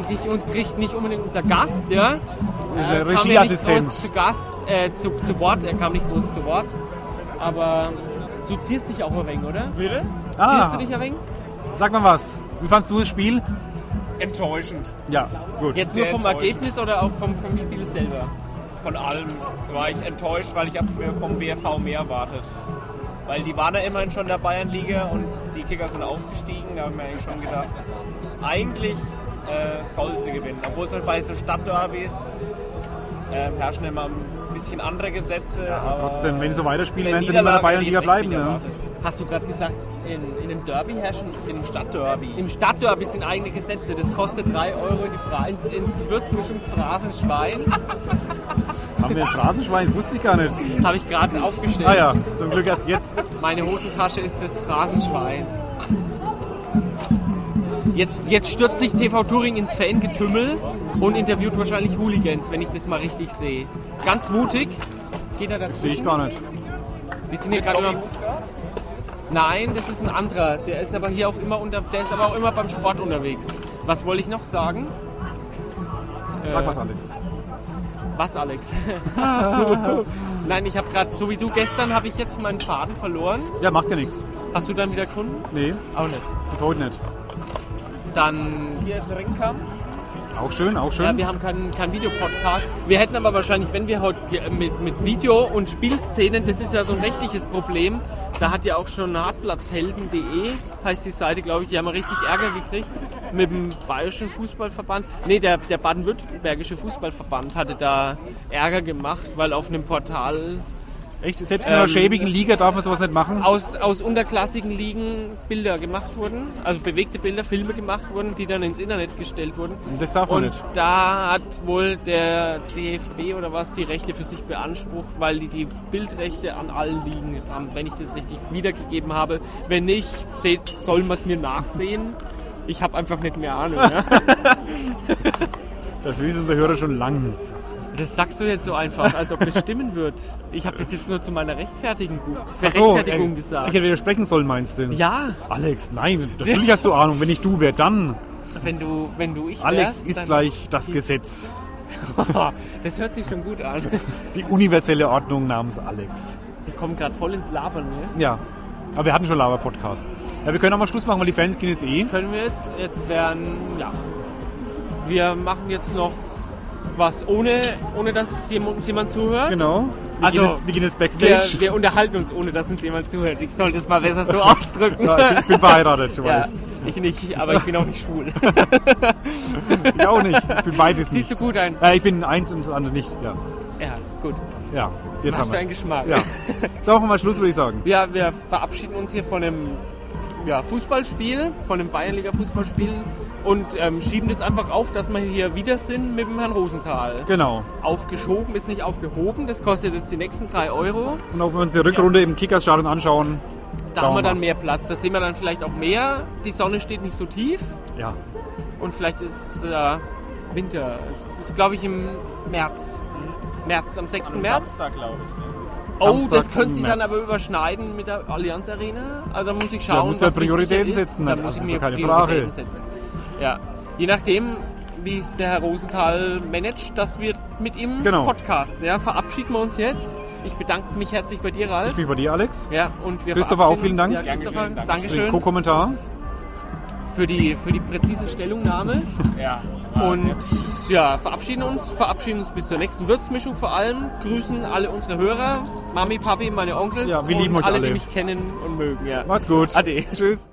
[SPEAKER 2] nicht, uns kriegt nicht unbedingt unser Gast, ja.
[SPEAKER 1] Ist
[SPEAKER 2] Er
[SPEAKER 1] der
[SPEAKER 2] Äh, kam ja nicht
[SPEAKER 1] Regieassistent.
[SPEAKER 2] groß zu Gast, äh, zu, zu Wort, er kam nicht groß zu Wort. Aber du zierst dich auch ein wenig, oder? Bitte?
[SPEAKER 1] Ah.
[SPEAKER 2] Zierst du dich ein wenig?
[SPEAKER 1] Sag mal was. Wie fandst du das Spiel?
[SPEAKER 3] enttäuschend.
[SPEAKER 1] Ja, gut.
[SPEAKER 2] Jetzt
[SPEAKER 3] Sehr
[SPEAKER 2] nur vom
[SPEAKER 3] enttäuschend.
[SPEAKER 2] Ergebnis oder auch vom, vom Spiel selber?
[SPEAKER 3] Von allem war ich enttäuscht, weil ich hab mir vom BFV mehr erwartet. Weil die waren ja immerhin schon in der Bayernliga und die Kicker sind aufgestiegen. Da haben wir eigentlich schon gedacht, eigentlich äh, sollten sie gewinnen. Obwohl so bei so Stadtderbys äh, herrschen immer ein bisschen andere Gesetze. aber
[SPEAKER 1] Trotzdem, wenn sie so weiterspielen,
[SPEAKER 3] eine
[SPEAKER 1] werden sie nicht mehr in der
[SPEAKER 3] Niederlage
[SPEAKER 1] Bayernliga bleiben.
[SPEAKER 3] hätte ich nicht
[SPEAKER 1] Ne?
[SPEAKER 3] erwartet.
[SPEAKER 2] Hast du gerade gesagt, in, in einem Derby herrschen?
[SPEAKER 3] Im Stadtderby.
[SPEAKER 2] Im Stadtderby sind eigene Gesetze. Das kostet 3 Euro die Fra ins, ins Würzmischungsphrasenschwein.
[SPEAKER 1] ne? Haben wir ein Straßenschwein? Das wusste ich gar nicht.
[SPEAKER 2] [LAUGHS] Das habe ich gerade aufgestellt.
[SPEAKER 1] Ah ja, zum Glück erst jetzt.
[SPEAKER 2] Meine Hosentasche ist das Phrasenschwein. Jetzt, jetzt stürzt sich TV Touring ins Fangetümmel und interviewt wahrscheinlich Hooligans, wenn ich das mal richtig sehe. Ganz mutig. Geht er
[SPEAKER 1] Sehe ich
[SPEAKER 2] dazwischen?
[SPEAKER 1] gar nicht.
[SPEAKER 2] Die sind hier gerade immer... Nein, das ist ein anderer. Der ist aber hier auch immer unter, der ist aber auch immer beim Sport unterwegs. Was wollte ich noch sagen?
[SPEAKER 1] Sag was, Alex.
[SPEAKER 2] Was, Alex? [LAUGHS] Nein, ich habe gerade, so wie du gestern, habe ich jetzt meinen Faden verloren.
[SPEAKER 1] Ja, macht ja nichts.
[SPEAKER 2] Hast du dann wieder Kunden?
[SPEAKER 1] Nee,
[SPEAKER 2] Auch nicht.
[SPEAKER 1] bis heute nicht.
[SPEAKER 2] Dann
[SPEAKER 3] Hier im Ringkampf.
[SPEAKER 1] Auch schön, auch
[SPEAKER 2] Ja,
[SPEAKER 1] schön.
[SPEAKER 2] wir haben keinen kein Videopodcast. Wir hätten aber wahrscheinlich, wenn wir heute ge- äh, mit, mit Video und Spielszenen, das ist ja so ein rechtliches Problem. Da hat ja auch schon hartplatzhelden.de, heißt die Seite, glaube ich, die haben richtig Ärger gekriegt mit dem Bayerischen Fußballverband. Nee, der, der Baden-Württembergische Fußballverband hatte da Ärger gemacht, weil auf einem Portal
[SPEAKER 1] Echt? Selbst in einer
[SPEAKER 2] Ähm,
[SPEAKER 1] schäbigen
[SPEAKER 2] das-
[SPEAKER 1] Liga darf man sowas nicht machen?
[SPEAKER 2] aus, aus unterklassigen Ligen Bilder gemacht wurden, also bewegte Bilder, Filme gemacht wurden, die dann ins Internet gestellt wurden.
[SPEAKER 1] Das darf man
[SPEAKER 2] Und
[SPEAKER 1] nicht.
[SPEAKER 2] da hat wohl der DFB oder was die Rechte für sich beansprucht, weil die die Bildrechte an allen Ligen haben, wenn ich das richtig wiedergegeben habe. Wenn nicht, seht, soll man es mir nachsehen. Ich habe einfach nicht mehr Ahnung. Ja?
[SPEAKER 1] Das wissen unsere Hörer schon lang.
[SPEAKER 2] [LAUGHS] Das sagst du jetzt so einfach, als ob das stimmen wird. Ich habe das jetzt nur zu meiner Rechtfertigung,
[SPEAKER 1] Ach so,
[SPEAKER 2] Rechtfertigung
[SPEAKER 1] äh, Ich
[SPEAKER 2] gesagt.
[SPEAKER 1] hätte widersprechen sollen, meinst du?
[SPEAKER 2] Ja,
[SPEAKER 1] Alex, nein, natürlich hast du Ahnung. Wenn ich du wäre, dann.
[SPEAKER 2] wenn du, wenn du ich
[SPEAKER 1] Alex
[SPEAKER 2] wärst,
[SPEAKER 1] ist
[SPEAKER 2] dann- [LAUGHS]
[SPEAKER 1] gleich das Gesetz.
[SPEAKER 2] Das hört sich schon gut an.
[SPEAKER 1] Die universelle Ordnung namens Alex.
[SPEAKER 2] Wir kommen gerade voll ins Labern, ne?
[SPEAKER 1] Ja. Aber wir hatten schon Lava-Podcast. Ja, wir können auch mal Schluss machen, weil die Fans gehen jetzt eh.
[SPEAKER 2] Können wir jetzt, jetzt werden, ja. Wir machen jetzt noch was ohne, ohne dass es jemand, uns jemand zuhört.
[SPEAKER 1] Genau. Wir
[SPEAKER 2] Also,
[SPEAKER 1] gehen jetzt, wir gehen jetzt
[SPEAKER 2] Wir,
[SPEAKER 1] Backstage.
[SPEAKER 2] wir unterhalten uns, ohne dass uns jemand zuhört. Ich sollte es mal besser
[SPEAKER 1] [LAUGHS]
[SPEAKER 2] so ausdrücken.
[SPEAKER 1] ja,
[SPEAKER 2] [LAUGHS]
[SPEAKER 1] ich bin- bin verheiratet, du
[SPEAKER 2] ja,
[SPEAKER 1] weißt.
[SPEAKER 2] ich nicht, aber ich bin auch nicht
[SPEAKER 1] [LAUGHS]
[SPEAKER 2] schwul.
[SPEAKER 1] Ich auch nicht. Ich bin beides
[SPEAKER 2] Siehst du
[SPEAKER 1] nicht.
[SPEAKER 2] gut ein?
[SPEAKER 1] Äh, ich bin eins und das andere nicht. Ja,
[SPEAKER 2] Ja, gut.
[SPEAKER 1] ja jetzt
[SPEAKER 2] Was
[SPEAKER 1] haben
[SPEAKER 2] für ein
[SPEAKER 1] wir
[SPEAKER 2] Geschmack.
[SPEAKER 1] Ja. Da machen wir mal Schluss, würde ich sagen.
[SPEAKER 2] Ja, wir verabschieden uns hier von dem ja, Fußballspiel, von dem Bayernliga-Fußballspiel und ähm, schieben das einfach auf, dass wir hier wieder sind mit dem Herrn Rosenthal.
[SPEAKER 1] Genau.
[SPEAKER 2] Aufgeschoben ist nicht aufgehoben, das kostet jetzt die nächsten drei Euro.
[SPEAKER 1] Und auch wenn wir uns die Rückrunde im Kickers-Stadion anschauen.
[SPEAKER 2] Da
[SPEAKER 1] Schauen
[SPEAKER 2] haben wir
[SPEAKER 1] wir
[SPEAKER 2] dann
[SPEAKER 1] mal.
[SPEAKER 2] mehr Platz, da sehen wir dann vielleicht auch mehr. Die Sonne steht nicht so tief
[SPEAKER 1] Ja.
[SPEAKER 2] und vielleicht ist äh, Winter. Es ist, glaube ich, im März. März, am 6. März.
[SPEAKER 3] Samstag, glaube ich.
[SPEAKER 2] Oh,
[SPEAKER 1] Samstag
[SPEAKER 2] das könnte
[SPEAKER 1] im
[SPEAKER 2] sich dann
[SPEAKER 1] März.
[SPEAKER 2] aber überschneiden mit der Allianz Arena. Also da muss ich
[SPEAKER 1] Da
[SPEAKER 2] schauen,
[SPEAKER 1] muss er
[SPEAKER 2] was wichtiger
[SPEAKER 1] Prioritäten
[SPEAKER 2] ist.
[SPEAKER 1] setzen, also das
[SPEAKER 2] Da muss ich
[SPEAKER 1] ist
[SPEAKER 2] mir
[SPEAKER 1] doch keine
[SPEAKER 2] Prioritäten
[SPEAKER 1] Frage.
[SPEAKER 2] setzen. Ja, je nachdem, wie es der Herr Rosenthal managt, das wird mit ihm
[SPEAKER 1] Genau.
[SPEAKER 2] Podcast. Ja, verabschieden wir uns jetzt. Ich bedanke mich herzlich bei dir,
[SPEAKER 1] Ich
[SPEAKER 2] Ralf.
[SPEAKER 1] bin bei dir, Alex.
[SPEAKER 2] Ja, und wir
[SPEAKER 1] Christopher, auch
[SPEAKER 2] verabschieden
[SPEAKER 1] vielen Dank.
[SPEAKER 2] uns. Ja, Christopher,
[SPEAKER 3] Dankeschön,
[SPEAKER 2] Dankeschön,
[SPEAKER 1] Den Co-Kommentar.
[SPEAKER 2] für die für die präzise Stellungnahme
[SPEAKER 3] Ja.
[SPEAKER 1] Ah,
[SPEAKER 3] war sehr
[SPEAKER 2] und ja, verabschieden uns, verabschieden uns bis zur nächsten Würzmischung vor allem, grüßen alle unsere Hörer, Mami, Papi, meine Onkels
[SPEAKER 1] Ja, wir
[SPEAKER 2] und
[SPEAKER 1] lieben euch
[SPEAKER 2] alle, die
[SPEAKER 1] alle.
[SPEAKER 2] mich kennen und mögen, ja.
[SPEAKER 1] Macht's gut.
[SPEAKER 2] Ade.
[SPEAKER 1] Tschüss.